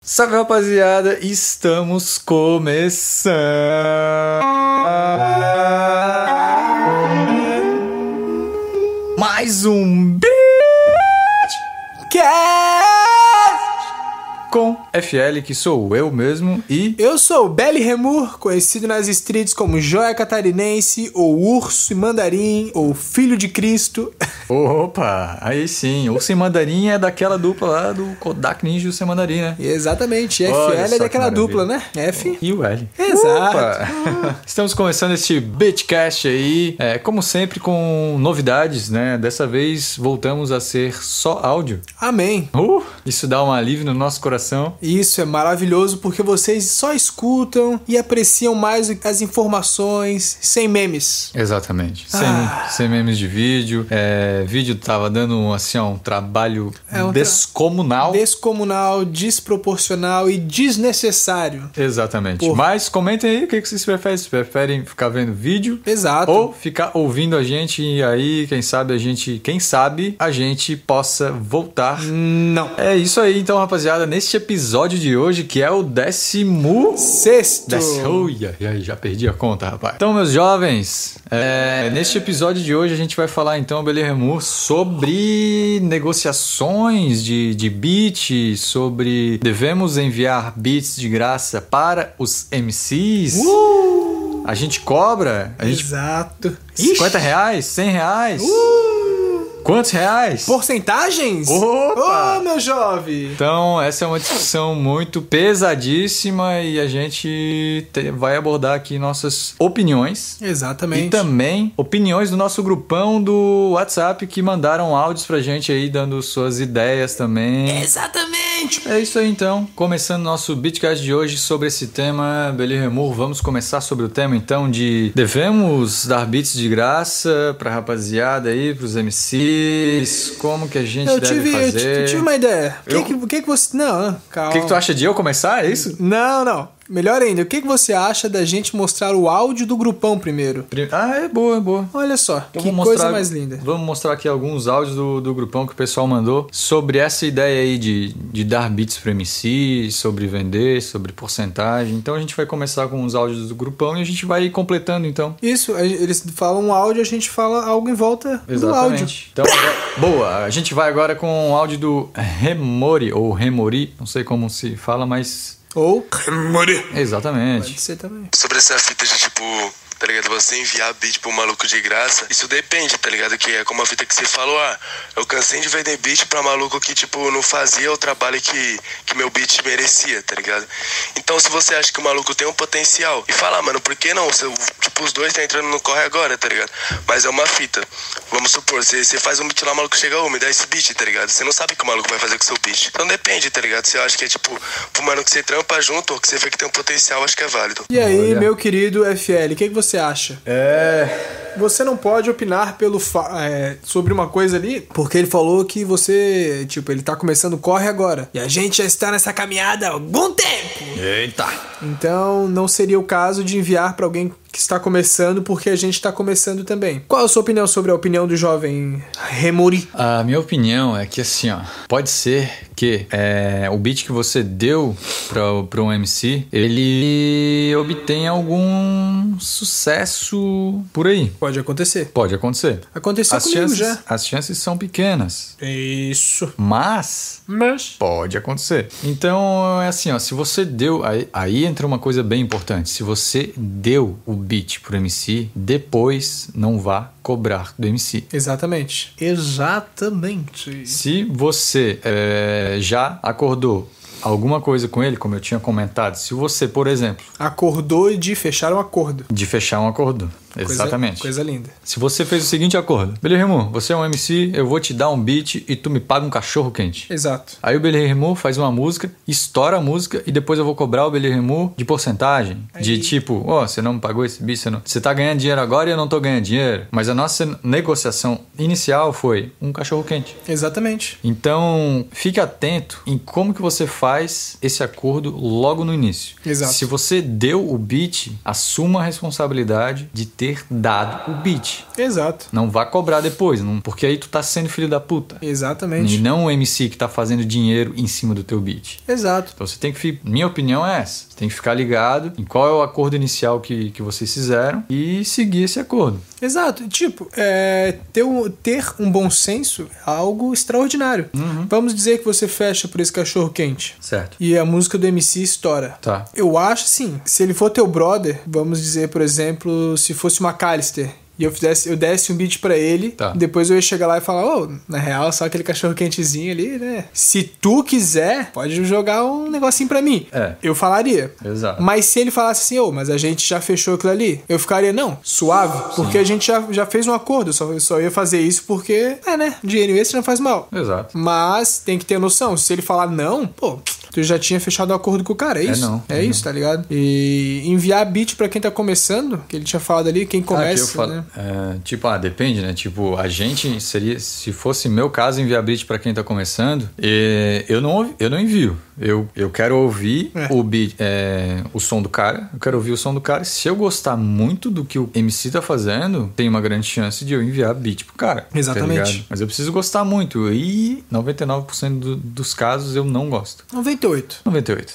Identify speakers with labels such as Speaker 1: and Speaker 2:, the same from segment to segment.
Speaker 1: Salve rapaziada, estamos começando mais um Beatcast com FL, que sou eu mesmo, e
Speaker 2: Eu sou o Belly Remur, conhecido nas streets como Joia Catarinense, ou Urso e Mandarim, ou Filho de Cristo.
Speaker 1: opa, aí sim, o Sem Mandarim é daquela dupla lá do Kodak Ninja e o Sem Mandarim, né?
Speaker 2: E Exatamente,
Speaker 1: Olha
Speaker 2: FL
Speaker 1: só
Speaker 2: é
Speaker 1: que
Speaker 2: daquela
Speaker 1: maravilha.
Speaker 2: dupla, né? F.
Speaker 1: E o L.
Speaker 2: Exato.
Speaker 1: Opa! Estamos começando este Bitcast aí, é, como sempre, com novidades, né? Dessa vez voltamos a ser só áudio.
Speaker 2: Amém.
Speaker 1: Uh, isso dá um alívio no nosso coração.
Speaker 2: Isso é maravilhoso porque vocês só escutam e apreciam mais as informações sem memes.
Speaker 1: Exatamente. Sem,
Speaker 2: Ah.
Speaker 1: sem memes de vídeo. É, vídeo tava dando um, assim, ó, um trabalho
Speaker 2: É um tra-
Speaker 1: descomunal.
Speaker 2: Descomunal, desproporcional e desnecessário.
Speaker 1: Exatamente.
Speaker 2: Porra.
Speaker 1: Mas comentem aí o que que vocês preferem. Vocês preferem ficar vendo vídeo
Speaker 2: Exato.
Speaker 1: Ou ficar ouvindo a gente e aí, quem sabe a gente, quem sabe a gente possa voltar.
Speaker 2: Hum. Não.
Speaker 1: É isso aí, então, rapaziada, neste episódio de hoje, que é o décimo.
Speaker 2: Sexto.
Speaker 1: Décimo. Oh, ia, ia, já perdi a conta, rapaz. Então, meus jovens, é, neste episódio de hoje a gente vai falar, então, Belê Remur, sobre negociações de, de beat, sobre devemos enviar beats de graça para os MCs.
Speaker 2: Uh!
Speaker 1: A gente cobra, a gente
Speaker 2: Exato.
Speaker 1: 50 reais? 100 reais?
Speaker 2: Uh!
Speaker 1: Quantos reais?
Speaker 2: Porcentagens?
Speaker 1: Opa!
Speaker 2: Ô, meu jovem!
Speaker 1: Então, essa é uma discussão muito pesadíssima e a gente te- vai abordar aqui nossas opiniões.
Speaker 2: Exatamente.
Speaker 1: E também opiniões do nosso grupão do WhatsApp que mandaram áudios pra gente aí, dando suas ideias também.
Speaker 2: Exatamente!
Speaker 1: É isso aí então, começando nosso Bitcast de hoje sobre esse tema, Beli Remur, vamos começar sobre o tema então de devemos dar beats de graça pra rapaziada aí, pros MCs, como que a gente
Speaker 2: Eu
Speaker 1: deve
Speaker 2: tive, eu ti-
Speaker 1: fazer.
Speaker 2: eu tive uma ideia. O
Speaker 1: Eu-
Speaker 2: que, que, o que que você. Não, não, calma.
Speaker 1: O que, que tu acha de eu começar, é isso?
Speaker 2: Não, não. Melhor ainda, o que, que você acha da gente mostrar o áudio do grupão primeiro?
Speaker 1: Pri- Ah, é boa, é boa.
Speaker 2: Olha só,
Speaker 1: Eu
Speaker 2: que
Speaker 1: vou
Speaker 2: coisa mais linda.
Speaker 1: Vamos mostrar aqui alguns áudios do, do grupão que o pessoal mandou sobre essa ideia aí de, de dar bits para MC, sobre vender, sobre porcentagem. Então a gente vai começar com os áudios do grupão e a gente vai completando então.
Speaker 2: Isso, a- eles falam um áudio, a gente fala algo em volta do áudio.
Speaker 1: Exatamente. Então, agora- boa. A gente vai agora com o áudio do Remori ou Remori, não sei como se fala, mas
Speaker 2: Ou
Speaker 1: exatamente.
Speaker 2: pode ser também.
Speaker 3: sobre essa fita de tipo, tá ligado? Você enviar beat pro maluco de graça, isso depende, tá ligado? Que é como a fita que você falou, ah, eu cansei de vender beat pra maluco que, tipo, não fazia o trabalho que, que meu beat merecia, tá ligado? Então, se você acha que o maluco tem um potencial, e fala, ah, mano, por que não? Você, tipo, os dois tá entrando no corre agora, tá ligado? Mas é uma fita. Vamos supor, você, você faz um beat lá, o maluco chega, ô, me dá esse beat, tá ligado? Você não sabe o que o maluco vai fazer com o seu beat. Então depende, tá ligado? Se eu acho que é tipo, pro mano que você trampa junto ou que você vê que tem um potencial, acho que é válido.
Speaker 2: E aí,
Speaker 1: Olha.
Speaker 2: meu querido FL, o que, que você acha?
Speaker 1: É.
Speaker 2: Você não pode opinar pelo fa- é, sobre uma coisa ali, porque ele falou que você, tipo, ele tá começando corre agora. E a gente já está nessa caminhada há algum tempo.
Speaker 1: Eita.
Speaker 2: Então, não seria o caso de enviar pra alguém que está começando, porque a gente tá começando também. Qual a sua opinião sobre a opinião do jovem Remori?
Speaker 1: A minha opinião é que assim, ó, pode ser que é, o beat que você deu pra, pra um MC, ele obtenha algum sucesso por aí.
Speaker 2: Pode acontecer.
Speaker 1: Pode acontecer.
Speaker 2: Aconteceu
Speaker 1: As
Speaker 2: comigo
Speaker 1: chances,
Speaker 2: já.
Speaker 1: as chances são pequenas,
Speaker 2: Isso.
Speaker 1: mas
Speaker 2: Mas.
Speaker 1: Pode acontecer. Então, é assim, ó, se você deu. Aí, aí entra uma coisa bem importante. Se você deu o beat pro MC, depois não vá cobrar do MC.
Speaker 2: Exatamente. Exatamente.
Speaker 1: Se você eh, já acordou alguma coisa com ele, como eu tinha comentado, se você, por exemplo,
Speaker 2: Acordou de fechar um acordo.
Speaker 1: de fechar um acordo.
Speaker 2: Coisa-
Speaker 1: Exatamente.
Speaker 2: Coisa linda.
Speaker 1: Se você fez o seguinte acordo. Billy Remo, você é um MC, eu vou te dar um beat e tu me paga um cachorro quente.
Speaker 2: Exato.
Speaker 1: Aí o Billy Remu faz uma música, estoura a música e depois eu vou cobrar o Billy Remu de porcentagem. De tipo, ó, você não me pagou esse bicho, você, não... você tá ganhando dinheiro agora e eu não tô ganhando dinheiro. Mas a nossa negociação inicial foi um cachorro quente.
Speaker 2: Exatamente.
Speaker 1: Então, fique atento em como que você faz esse acordo logo no início.
Speaker 2: Exato.
Speaker 1: Se você deu o beat, assuma a responsabilidade de ter dado o beat.
Speaker 2: Exato.
Speaker 1: Não vá cobrar depois, não, porque aí tu tá sendo filho da puta. E
Speaker 2: Exatamente.
Speaker 1: não o MC que tá fazendo dinheiro em cima do teu beat.
Speaker 2: Exato.
Speaker 1: Então você tem que. fi- Minha opinião é essa. Você tem que ficar ligado em qual é o acordo inicial que, que vocês fizeram e seguir esse acordo.
Speaker 2: Exato. Tipo, é, ter, um, ter um bom senso é algo extraordinário. Vamos dizer que você fecha por esse cachorro quente.
Speaker 1: Uhum. Certo.
Speaker 2: E a música do MC estoura.
Speaker 1: Tá.
Speaker 2: Eu acho assim, se ele for teu brother, vamos dizer, por exemplo, se fosse uma Callister. E eu fizesse, eu desse um beat pra ele,
Speaker 1: Tá.
Speaker 2: depois eu ia chegar lá e falar, ô, na real, só aquele cachorro quentezinho ali, né? Se tu quiser, pode jogar um negocinho pra mim.
Speaker 1: É.
Speaker 2: Eu falaria.
Speaker 1: Exato.
Speaker 2: Mas se ele falasse assim, ô, mas a gente já fechou aquilo ali, eu ficaria, não, suave, porque a gente já, já fez um acordo, eu só, eu só ia fazer isso porque, é, né? Dinheiro extra não faz mal.
Speaker 1: Exato.
Speaker 2: Mas tem que ter noção. Se ele falar não, pô, tu já tinha fechado o acordo com o cara. É isso.
Speaker 1: não,
Speaker 2: É,
Speaker 1: é
Speaker 2: isso, tá ligado? E enviar beat pra quem tá começando, que ele tinha falado ali, quem
Speaker 1: Ah, que
Speaker 2: começa.
Speaker 1: eu falo-
Speaker 2: né?
Speaker 1: é, tipo, ah, depende, né? Tipo, a gente seria, se fosse meu caso enviar beat pra quem tá começando, é, eu não ouvi- eu não envio. Eu, eu quero ouvir
Speaker 2: É.
Speaker 1: o beat, é, o som do cara. Eu quero ouvir o som do cara. Se eu gostar muito do que o MC tá fazendo, tem uma grande chance de eu enviar beat pro cara. tá
Speaker 2: Exatamente.
Speaker 1: ligado? Mas eu preciso gostar muito e 99% do- dos casos eu não gosto.
Speaker 2: 98.
Speaker 1: 98.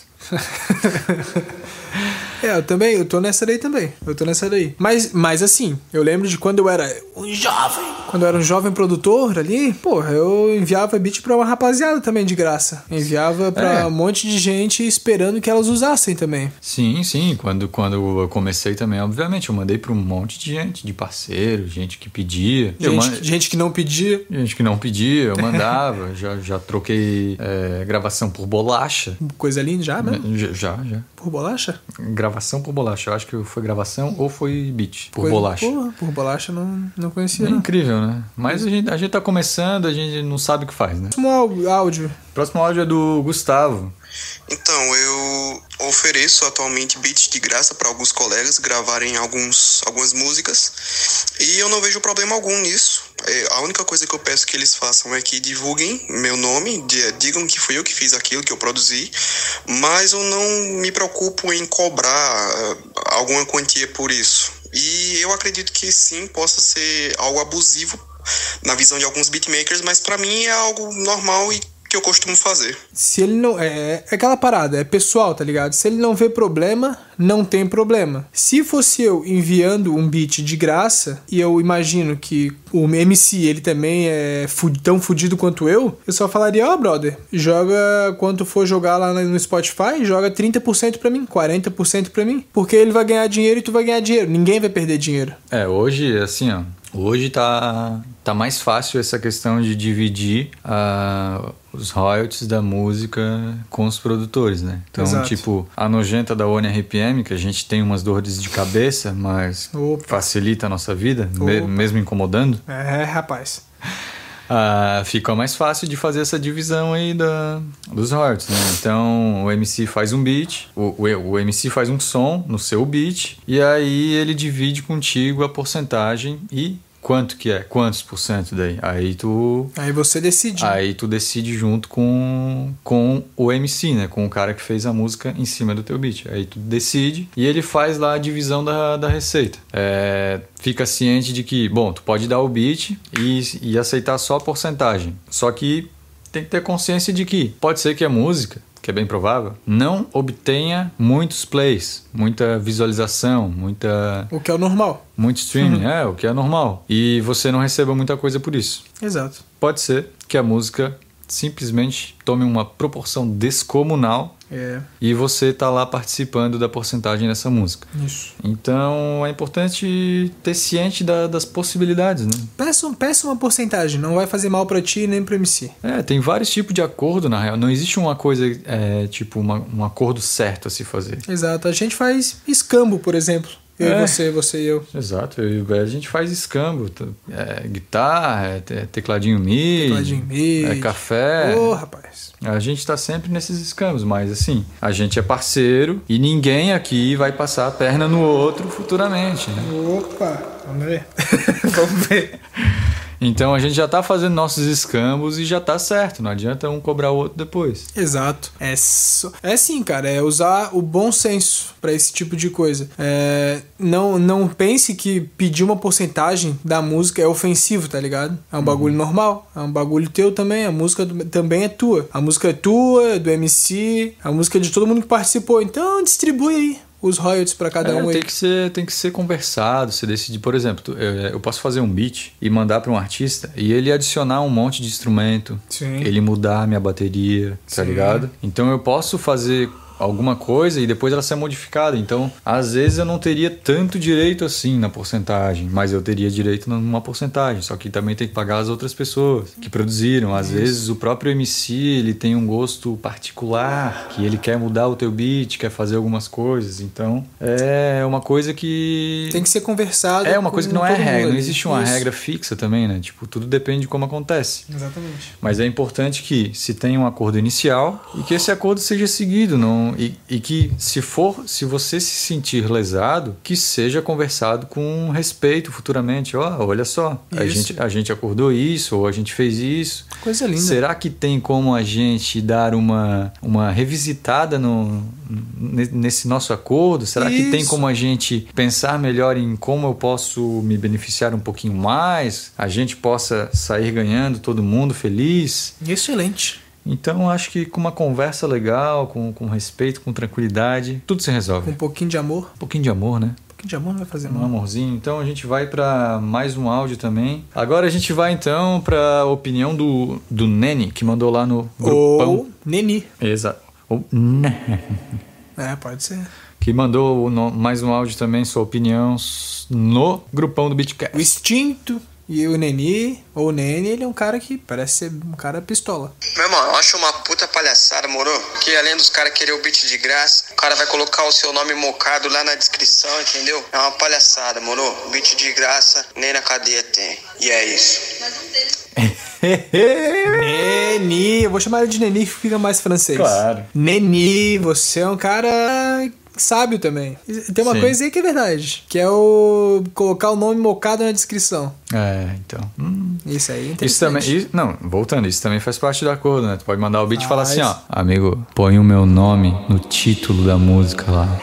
Speaker 2: É, eu também, eu tô nessa daí também. Eu tô nessa daí. Mas, mas assim, eu lembro de quando eu era um jovem. Quando eu era um jovem produtor ali, porra, eu enviava beat pra uma rapaziada também de graça. Enviava pra
Speaker 1: É.
Speaker 2: um monte de gente esperando que elas usassem também.
Speaker 1: Sim, sim. Quando, quando eu comecei também, obviamente, eu mandei para um monte de gente, de parceiro, gente que pedia. Eu
Speaker 2: Gente,
Speaker 1: man-
Speaker 2: gente que não pedia.
Speaker 1: gente que não pedia, eu mandava. já, já troquei é, gravação por bolacha.
Speaker 2: Coisa linda já, né?
Speaker 1: Já, já, já.
Speaker 2: Por bolacha?
Speaker 1: Gravação por bolacha. Eu acho que foi gravação ou foi beat por
Speaker 2: Coisa-
Speaker 1: bolacha.
Speaker 2: Porra, por bolacha eu não, não
Speaker 1: É
Speaker 2: conhecia, não.
Speaker 1: incrível, né? Mas a gente, a gente tá começando, a gente não sabe o que faz, né?
Speaker 2: Próximo au- áudio.
Speaker 1: Próximo áudio é do Gustavo.
Speaker 3: Então, eu ofereço atualmente beats de graça para alguns colegas gravarem alguns, algumas músicas e eu não vejo problema algum nisso. É, A única coisa que eu peço que eles façam é que divulguem meu nome, di- digam que fui eu que fiz aquilo, que eu produzi, mas eu não me preocupo em cobrar ah, alguma quantia por isso. E eu acredito que sim, possa ser algo abusivo na visão de alguns beatmakers, mas para mim é algo normal e que eu costumo fazer.
Speaker 2: Se ele não. É, é aquela parada, é pessoal, tá ligado? Se ele não vê problema, não tem problema. Se fosse eu enviando um beat de graça, e eu imagino que o MC ele também é fu- tão fudido quanto eu, eu só falaria, ó, brother, joga quanto for jogar lá no Spotify, joga 30% pra mim, 40% pra mim. Porque ele vai ganhar dinheiro e tu vai ganhar dinheiro. Ninguém vai perder dinheiro.
Speaker 1: É, hoje, assim, ó. Hoje tá, tá mais fácil essa questão de dividir ah, os royalties da música com os produtores, né? Então,
Speaker 2: Exato.
Speaker 1: tipo, a nojenta da ONI RPM, que a gente tem umas dores de cabeça, mas
Speaker 2: Opa.
Speaker 1: facilita a nossa vida, me-
Speaker 2: Opa.
Speaker 1: mesmo incomodando,
Speaker 2: É, rapaz.
Speaker 1: ah, fica mais fácil de fazer essa divisão aí da, dos royalties, né? Então, o MC faz um beat, o, o, o MC faz um som no seu beat, e aí ele divide contigo a porcentagem e quanto que é, quantos por cento daí. Aí tu...
Speaker 2: Aí você decide.
Speaker 1: Aí tu decide junto com, com o MC, né? Com o cara que fez a música em cima do teu beat. Aí tu decide e ele faz lá a divisão da, da receita. É, fica ciente de que, bom, tu pode dar o beat e, e aceitar só a porcentagem. Só que tem que ter consciência de que pode ser que a música, que é bem provável, não obtenha muitos plays, muita visualização, muita,
Speaker 2: O que é o normal.
Speaker 1: muito streaming, é, o que é normal. E você não receba muita coisa por isso
Speaker 2: Exato.
Speaker 1: pode ser que a música simplesmente tome uma proporção descomunal
Speaker 2: É.
Speaker 1: e você tá lá participando da porcentagem dessa música.
Speaker 2: Isso.
Speaker 1: Então é importante ter ciente da- das possibilidades, né?
Speaker 2: Peça, um- peça uma porcentagem, não vai fazer mal pra ti nem pro MC.
Speaker 1: É, tem vários tipos de acordo, na real. Não existe uma coisa, é, tipo, uma- um acordo certo a se fazer.
Speaker 2: Exato. A gente faz escambo, por exemplo. Eu
Speaker 1: É.
Speaker 2: e você, você e eu.
Speaker 1: Exato, eu e o Bé, a gente faz escambo, tá? É, guitarra, é te- tecladinho MIDI,
Speaker 2: Tecladinho MIDI.
Speaker 1: é café,
Speaker 2: Ô, rapaz.
Speaker 1: A gente tá sempre nesses escambos, mas assim, a gente é parceiro e ninguém aqui vai passar a perna no outro futuramente, né?
Speaker 2: Opa, vamos ver. vamos ver.
Speaker 1: Então a gente já tá fazendo nossos escambos e já tá certo. Não adianta um cobrar o outro depois.
Speaker 2: Exato. É, só- é sim, cara. É usar o bom senso pra esse tipo de coisa. É, não, não pense que pedir uma porcentagem da música é ofensivo, tá ligado? É um bagulho
Speaker 1: Uhum.
Speaker 2: normal. É um bagulho teu também. A música do- também é tua. A música é tua, é do MC, a música é de todo mundo que participou. Então distribui aí os royalties pra cada
Speaker 1: É,
Speaker 2: um aí.
Speaker 1: tem, que ser, tem que ser conversado, você decide. Por exemplo, tu- é, eu posso fazer um beat e mandar pra um artista e ele adicionar um monte de instrumento.
Speaker 2: Sim.
Speaker 1: Ele mudar a minha bateria, tá
Speaker 2: Sim.
Speaker 1: ligado? Então eu posso fazer alguma coisa e depois ela ser modificada. Então, às vezes eu não teria tanto direito assim na porcentagem, mas eu teria direito numa porcentagem. Só que também tem que pagar as outras pessoas que produziram. Às vezes o próprio MC, ele tem um gosto particular, que ele quer mudar o teu beat, quer fazer algumas coisas. Então, é uma coisa que
Speaker 2: Tem que ser conversado.
Speaker 1: é uma coisa que
Speaker 2: com
Speaker 1: não é
Speaker 2: todo mundo
Speaker 1: regra, não
Speaker 2: ali.
Speaker 1: existe uma
Speaker 2: Isso.
Speaker 1: regra fixa também, né? Tipo, tudo depende de como acontece.
Speaker 2: Exatamente.
Speaker 1: Mas é importante que se tenha um acordo inicial e que esse acordo seja seguido, não e, e que se for, se você se sentir lesado, que seja conversado com respeito futuramente. Ó, olha só, a
Speaker 2: Isso.
Speaker 1: gente, a gente acordou isso ou a gente fez isso.
Speaker 2: Coisa linda.
Speaker 1: Será que tem como a gente dar uma, uma revisitada no, ne- nesse nosso acordo? Será que tem
Speaker 2: Isso.
Speaker 1: como a gente pensar melhor em como eu posso me beneficiar um pouquinho mais? A gente possa sair ganhando, todo mundo feliz?
Speaker 2: Excelente.
Speaker 1: Então, acho que com uma conversa legal, com, com respeito, com tranquilidade, tudo se
Speaker 2: Com
Speaker 1: resolve.
Speaker 2: um pouquinho de amor.
Speaker 1: Um pouquinho de amor, né?
Speaker 2: Um pouquinho de amor não vai fazer
Speaker 1: Um
Speaker 2: mal.
Speaker 1: amorzinho. Então a gente vai pra mais um áudio também. Agora a gente vai então pra opinião do, do Nene, que mandou lá no grupão.
Speaker 2: Ou Neni.
Speaker 1: Exato. Ou Né.
Speaker 2: É, pode ser.
Speaker 1: Que mandou o no- mais um áudio também, sua opinião s- no grupão do
Speaker 2: O
Speaker 1: Bitcast.
Speaker 2: instinto e o Neni, ou o Nene, ele é um cara que parece ser um cara pistola.
Speaker 4: Meu irmão, eu acho uma puta palhaçada, moro? Que além dos caras querer o beat de graça, o cara vai colocar o seu nome mocado lá na descrição, entendeu? É uma palhaçada, moro? Beat de graça nem na cadeia tem. E é isso.
Speaker 1: É,
Speaker 2: Neni, eu vou chamar ele de Neni que fica mais francês.
Speaker 1: Claro.
Speaker 2: Neni, você é um cara sábio também. E Tem uma
Speaker 1: Sim.
Speaker 2: coisa aí que é verdade, que é o colocar o nome mocado na descrição.
Speaker 1: É, então. Hum.
Speaker 2: Isso aí, é interessante.
Speaker 1: Isso também. Isso, não, voltando, isso também faz parte do acordo, né? Tu pode mandar o beat e falar
Speaker 2: Faz.
Speaker 1: assim, ó. Amigo, põe o meu nome no título da música lá.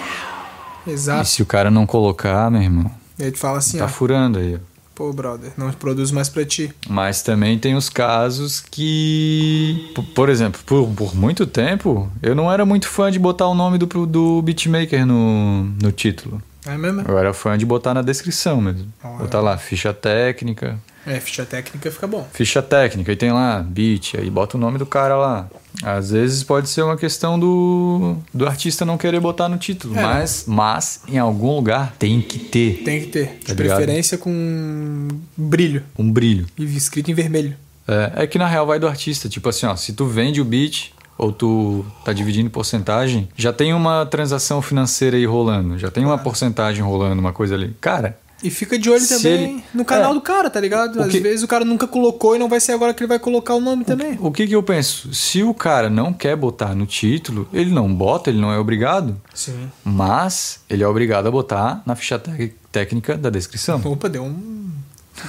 Speaker 1: E
Speaker 2: Exato.
Speaker 1: se o cara não colocar, meu irmão,
Speaker 2: Ele fala assim,
Speaker 1: tá
Speaker 2: ó,
Speaker 1: furando aí.
Speaker 2: pô, brother, não produzo mais pra ti.
Speaker 1: Mas também tem os casos que, p- por exemplo, por, por muito tempo, eu não era muito fã de botar o nome do, pro- do beatmaker no, no título.
Speaker 2: É mesmo?
Speaker 1: Eu era fã de botar na descrição mesmo. Botar lá, ficha técnica.
Speaker 2: É, ficha técnica fica bom.
Speaker 1: Ficha técnica, e tem lá, beat, aí bota o nome do cara lá. Às vezes pode ser uma questão do, do artista não querer botar no título,
Speaker 2: É.
Speaker 1: mas, mas em algum lugar tem que ter
Speaker 2: Tem que ter. De
Speaker 1: Tá ligado?
Speaker 2: preferência com brilho.
Speaker 1: um brilho.
Speaker 2: E escrito em vermelho.
Speaker 1: É, é que na real vai do artista. Tipo assim, ó, se tu vende o beat ou tu tá dividindo porcentagem, já tem uma transação financeira aí rolando, já tem uma porcentagem rolando, uma coisa ali. Cara,
Speaker 2: E fica de olho
Speaker 1: Se
Speaker 2: também
Speaker 1: ele-
Speaker 2: no canal
Speaker 1: É.
Speaker 2: do cara, tá ligado?
Speaker 1: O
Speaker 2: Às
Speaker 1: que-
Speaker 2: vezes o cara nunca colocou e não vai ser agora que ele vai colocar o nome também.
Speaker 1: o que que eu penso? Se o cara não quer botar no título, ele não bota, ele não é obrigado,
Speaker 2: Sim.
Speaker 1: mas ele é obrigado a botar na ficha tec- técnica da descrição.
Speaker 2: Opa, deu um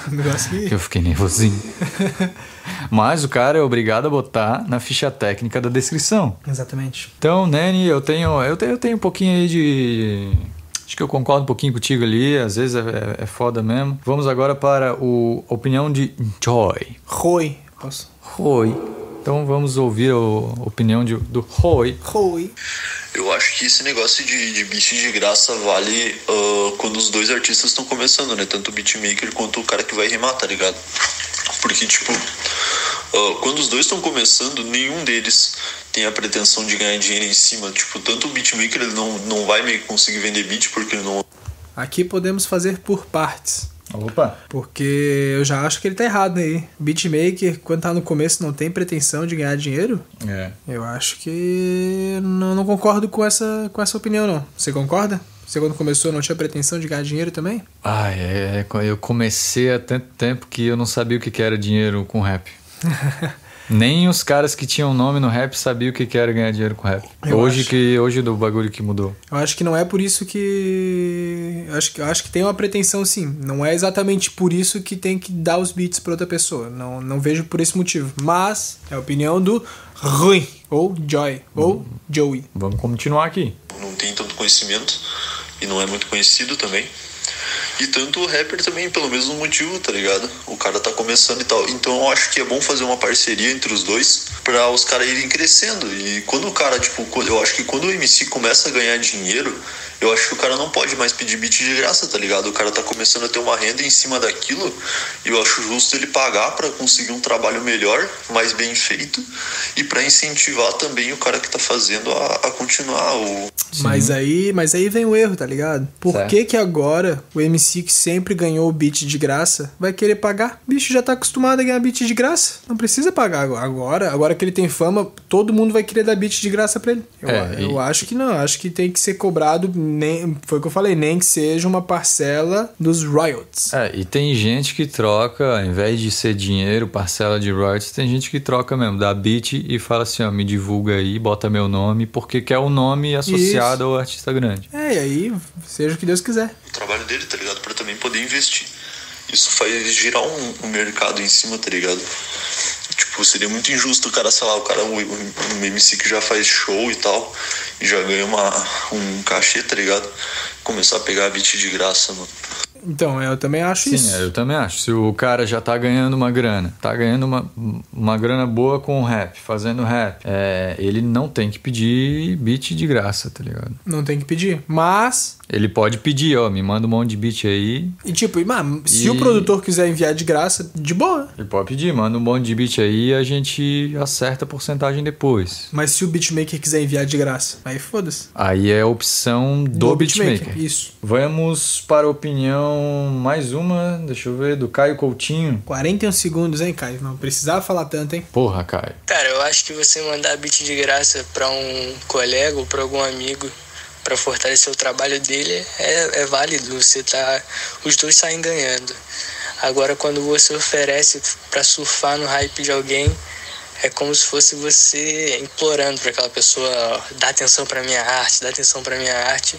Speaker 2: um negócio que.
Speaker 1: Eu fiquei nervosinho. mas o cara é obrigado a botar na ficha técnica da descrição.
Speaker 2: Exatamente.
Speaker 1: Então, Nene, eu tenho, eu tenho, eu tenho um pouquinho aí de. Acho que eu concordo um pouquinho contigo ali, às vezes é, é- é foda mesmo. Vamos agora para o a opinião de Joy.
Speaker 2: Roi. Posso?
Speaker 1: Roy. Então vamos ouvir a opinião de, do Roy.
Speaker 2: Roi.
Speaker 5: Eu acho que esse negócio de, de beat de graça vale ah, quando os dois artistas estão começando, né? Tanto o beatmaker quanto o cara que vai rimar, tá ligado? Porque, tipo, ah, quando os dois estão começando, nenhum deles tem a pretensão de ganhar dinheiro em cima. Tipo, tanto o beatmaker ele não, não vai meio que conseguir vender beat porque ele não
Speaker 2: Aqui podemos fazer por partes.
Speaker 1: Opa!
Speaker 2: Porque eu já acho que ele tá errado aí. Beatmaker, quando tá no começo, não tem pretensão de ganhar dinheiro?
Speaker 1: É.
Speaker 2: Eu acho que não, não concordo com essa, com essa opinião, não. Você concorda? Você quando começou não tinha pretensão de ganhar dinheiro também?
Speaker 1: Ai, é, é, eu comecei há tanto tempo que eu não sabia o que que era dinheiro com rap. Nem os caras que tinham nome no rap sabiam o que que era ganhar dinheiro com rap.
Speaker 2: Eu
Speaker 1: hoje
Speaker 2: acho.
Speaker 1: que hoje do bagulho que mudou.
Speaker 2: Eu acho que não é por isso que que. Acho, que- acho que tem uma pretensão sim. Não é exatamente por isso que tem que dar os beats pra outra pessoa. Não, não vejo por esse motivo. Mas é a opinião do Rui, ou Joy, ou Joey.
Speaker 1: Vamos continuar aqui.
Speaker 5: tipo, não tem tanto conhecimento e não é muito conhecido também. E tanto o rapper também, pelo mesmo motivo, tá ligado? O cara tá começando e tal. Então eu acho que é bom fazer uma parceria entre os dois pra os caras irem crescendo. E quando o cara, tipo, quando- eu acho que quando o MC começa a ganhar dinheiro, eu acho que o cara não pode mais pedir beat de graça, tá ligado? O cara tá começando a ter uma renda em cima daquilo e eu acho justo ele pagar pra conseguir um trabalho melhor, mais bem feito e pra incentivar também o cara que tá fazendo a, a continuar o,
Speaker 2: Mas aí, mas aí vem o erro, tá ligado? Por
Speaker 1: Certo.
Speaker 2: que que agora o MC que sempre ganhou o beat de graça vai querer pagar? O bicho já tá acostumado a ganhar beat de graça. Não precisa pagar agora. agora. Agora que ele tem fama, todo mundo vai querer dar beat de graça pra ele. Eu,
Speaker 1: É, e-
Speaker 2: eu acho que não. Acho que tem que ser cobrado, nem, foi o que eu falei, nem que seja uma parcela dos royalties.
Speaker 1: É, e tem gente que troca, ao invés de ser dinheiro, parcela de royalties, tem gente que troca mesmo, dá beat e fala assim, ó, me divulga aí, bota meu nome, porque quer o nome associado ao artista grande.
Speaker 2: É, e aí, seja o que Deus quiser.
Speaker 5: o trabalho dele, tá ligado? Pra também poder investir. Isso faz girar um, um mercado em cima, tá ligado? Tipo, seria muito injusto o cara, sei lá, o cara, um, um- um MC que já faz show e tal, e já ganha uma, um cachê, tá ligado? Começar a pegar beat de graça, mano.
Speaker 2: Então, eu também acho
Speaker 1: Sim,
Speaker 2: isso.
Speaker 1: é, eu também acho. Se o cara já tá ganhando uma grana, tá ganhando uma, uma grana boa com o rap, fazendo rap, é, ele não tem que pedir beat de graça, tá ligado?
Speaker 2: Não tem que pedir. Mas
Speaker 1: Ele pode pedir, ó, me manda um monte de beat aí,
Speaker 2: E tipo, e, mano, se
Speaker 1: E-
Speaker 2: o produtor quiser enviar de graça, de boa.
Speaker 1: ele pode pedir, manda um monte de beat aí e a gente acerta a porcentagem depois.
Speaker 2: Mas se o beatmaker quiser enviar de graça, aí foda-se.
Speaker 1: Aí é a opção do, beatmaker.
Speaker 2: Isso.
Speaker 1: Vamos para a opinião mais uma, deixa eu ver, do Caio Coutinho.
Speaker 2: 41 segundos, hein, Caio? Não precisava falar tanto, hein?
Speaker 1: Porra, Caio.
Speaker 6: Cara, eu acho que você mandar beat de graça pra um colega ou pra algum amigo pra fortalecer o trabalho dele é, é válido. Você tá, os dois saem ganhando. Agora, quando você oferece pra surfar no hype de alguém, é como se fosse você implorando pra aquela pessoa: ó, dá atenção pra minha arte, dá atenção pra minha arte.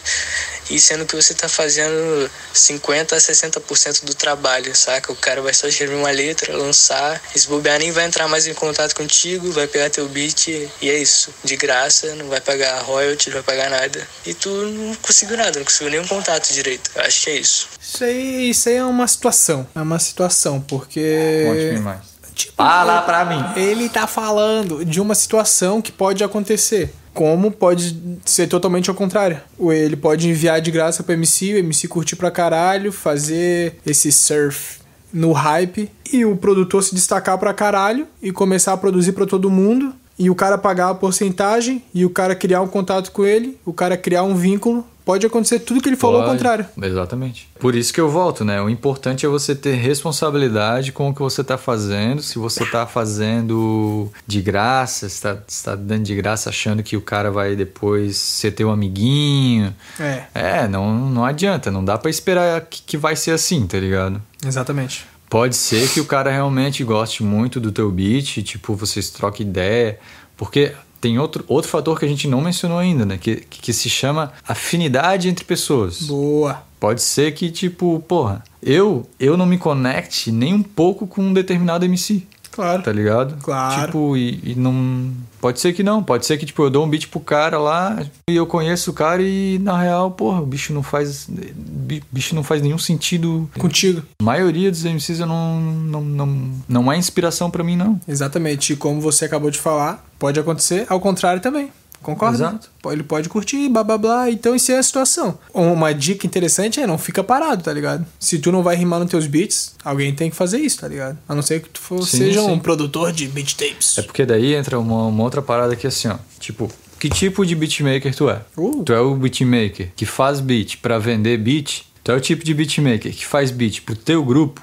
Speaker 6: E sendo que você tá fazendo 50 a 60% do trabalho, saca? O cara vai só escrever uma letra, lançar, esbobear, nem vai entrar mais em contato contigo, vai pegar teu beat e é isso. De graça, não vai pagar royalty, não vai pagar nada. E tu não conseguiu nada, não conseguiu nenhum contato direito. Eu acho que é isso.
Speaker 2: Isso aí, isso aí é uma situação. É uma situação, porque.
Speaker 1: Conte-me mais.
Speaker 2: Tipo,
Speaker 1: Fala pra mim.
Speaker 2: Ele tá falando de uma situação que pode acontecer. Como pode ser totalmente ao contrário. Ou ele pode enviar de graça pro MC, o MC curtir pra caralho, fazer esse surf no hype e o produtor se destacar pra caralho e começar a produzir pra todo mundo e o cara pagar a porcentagem e o cara criar um contato com ele, o cara criar um vínculo. Pode acontecer tudo que ele falou ao
Speaker 1: Pode.
Speaker 2: contrário.
Speaker 1: Exatamente. Por isso que eu volto, né? O importante é você ter responsabilidade com o que você tá fazendo. Se você tá fazendo de graça, se tá, se tá dando de graça achando que o cara vai depois ser teu amiguinho.
Speaker 2: É,
Speaker 1: É, não, não adianta. Não dá pra esperar que- que vai ser assim, tá ligado?
Speaker 2: exatamente.
Speaker 1: Pode ser que o cara realmente goste muito do teu beat, tipo, vocês troquem ideia, porque tem outro, outro fator que a gente não mencionou ainda, né? Que, que se chama afinidade entre pessoas.
Speaker 2: Boa.
Speaker 1: Pode ser que, tipo, porra, eu, eu não me conecte nem um pouco com um determinado MC,
Speaker 2: Claro.
Speaker 1: tá ligado?
Speaker 2: Claro.
Speaker 1: Tipo, e, e não. Pode ser que não, pode ser que, tipo, eu dou um beat pro cara lá e eu conheço o cara e, na real, porra, o bicho não faz. bi- bicho não faz nenhum sentido
Speaker 2: Contigo.
Speaker 1: a maioria dos MCs eu não, não, não, não é inspiração pra mim, não.
Speaker 2: Exatamente. E como você acabou de falar, pode acontecer ao contrário também. Concorda?
Speaker 1: Exato.
Speaker 2: Ele pode curtir, blá blá blá. Então, isso é a situação. Uma dica interessante é não fica parado, tá ligado? Se tu não vai rimar nos teus beats, alguém tem que fazer isso, tá ligado? A não ser que tu for,
Speaker 1: Sim,
Speaker 2: seja
Speaker 1: sim.
Speaker 2: um produtor de beat tapes.
Speaker 1: É porque daí entra uma, uma outra parada aqui assim, ó. Tipo, que tipo de beatmaker tu é?
Speaker 2: Uh.
Speaker 1: Tu é o beatmaker que faz beat pra vender beat? Tu é o tipo de beatmaker que faz beat pro teu grupo?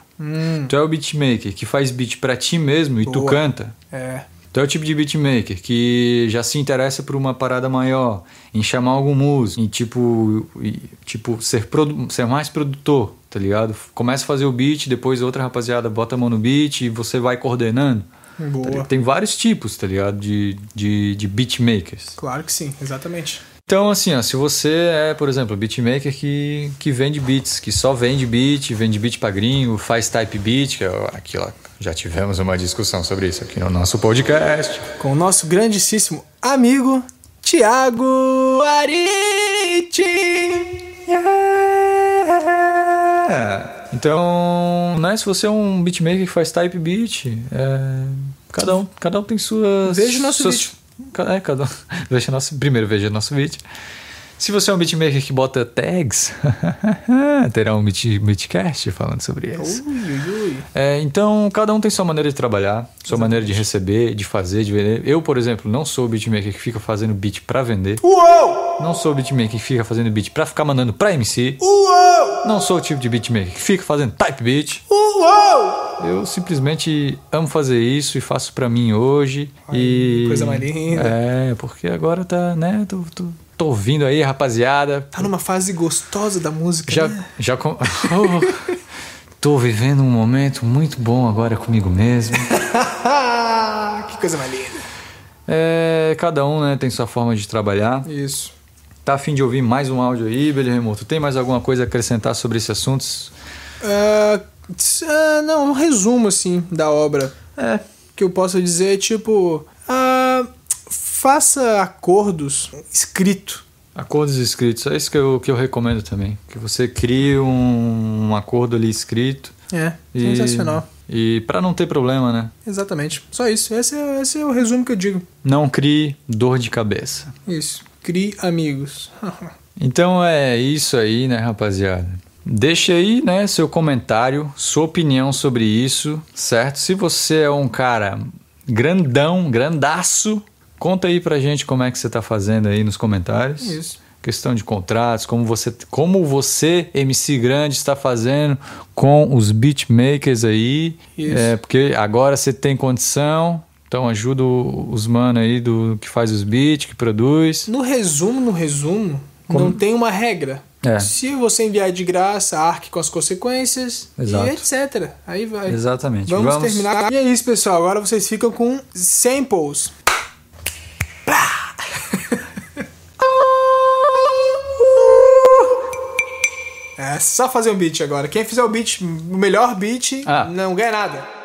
Speaker 1: Tu é o beatmaker que faz beat pra ti mesmo e tu
Speaker 2: Hum. Boa.
Speaker 1: canta?
Speaker 2: É.
Speaker 1: Tu é o tipo de beatmaker que já se interessa por uma parada maior, em chamar algum músico, em tipo, e, tipo ser, produ- ser mais produtor, tá ligado? Começa a fazer o beat, depois outra rapaziada bota a mão no beat e você vai coordenando.
Speaker 2: É, Boa.
Speaker 1: Tá Tem vários tipos, tá ligado? tá De, de, de beatmakers.
Speaker 2: Claro que sim, exatamente.
Speaker 1: Então, assim, ó, se você é, por exemplo, beatmaker que, que vende beats, que só vende beat, vende beat pra gringo, faz type beat, que é aqui, ó, já tivemos uma discussão sobre isso aqui no nosso podcast.
Speaker 2: Com o nosso grandíssimo amigo, Tiago Ariti.
Speaker 1: É. Então, né, se você é um beatmaker que faz type beat, é, cada, um, cada um tem suas.
Speaker 2: Veja o nosso
Speaker 1: suas,
Speaker 2: vídeo.
Speaker 1: Ca- É, cada um. Veja nosso, primeiro veja nosso beat. Se você é um beatmaker que bota tags, terá um beat, beatcast falando sobre isso. É, então, cada um tem sua maneira de trabalhar, sua maneira de receber, de fazer, de vender. Eu, por exemplo, não sou o beatmaker que fica fazendo beat pra vender.
Speaker 2: Uou!
Speaker 1: Não sou o beatmaker que fica fazendo beat pra ficar mandando pra MC.
Speaker 2: Uou!
Speaker 1: Não sou o tipo de beatmaker que fica fazendo type beat.
Speaker 2: Uou!
Speaker 1: Eu simplesmente amo fazer isso e faço pra mim hoje. e
Speaker 2: coisa mais linda.
Speaker 1: É, porque agora tá, né? Tô, tô, tô ouvindo aí, rapaziada.
Speaker 2: Tá numa fase gostosa da música.
Speaker 1: Já,
Speaker 2: né?
Speaker 1: já com... Oh, tô vivendo um momento muito bom agora comigo mesmo.
Speaker 2: Ah, que coisa mais linda.
Speaker 1: É, cada um, né, tem sua forma de trabalhar.
Speaker 2: Isso.
Speaker 1: Tá afim de ouvir mais um áudio aí, Beli Remoto? Tem mais alguma coisa a acrescentar sobre esse assunto?
Speaker 2: Ah, tss, ah, não, um resumo assim da obra.
Speaker 1: É,
Speaker 2: que eu posso dizer é tipo. ah, faça acordos escrito.
Speaker 1: Acordos escritos, é isso que eu, que eu recomendo também. Que você crie um, um acordo ali escrito.
Speaker 2: É,
Speaker 1: e-
Speaker 2: sensacional.
Speaker 1: E para não ter problema, né?
Speaker 2: Exatamente. Só isso. Esse é, esse é o resumo que eu digo.
Speaker 1: Não crie dor de cabeça.
Speaker 2: Isso. Crie amigos.
Speaker 1: Então é isso aí, né, rapaziada? Deixa aí, né, seu comentário, sua opinião sobre isso, certo? Se você é um cara grandão, grandaço, conta aí pra gente como é que você tá fazendo aí nos comentários.
Speaker 2: Isso.
Speaker 1: Questão de contratos, como você, como você, MC Grande, está fazendo com os beatmakers aí.
Speaker 2: Isso.
Speaker 1: É, porque agora você tem condição, então ajuda o- os mano aí do que faz os beats, que produz.
Speaker 2: No resumo, no resumo, não tem uma regra.
Speaker 1: É.
Speaker 2: Se você enviar de graça, arque com as consequências
Speaker 1: Exato.
Speaker 2: e etc. Aí vai.
Speaker 1: Exatamente.
Speaker 2: Vamos, terminar. E é isso, pessoal. Agora vocês ficam com samples. Plá! É só fazer um beat agora. Quem fizer o beat, o melhor beat,
Speaker 1: Ah.
Speaker 2: não ganha nada.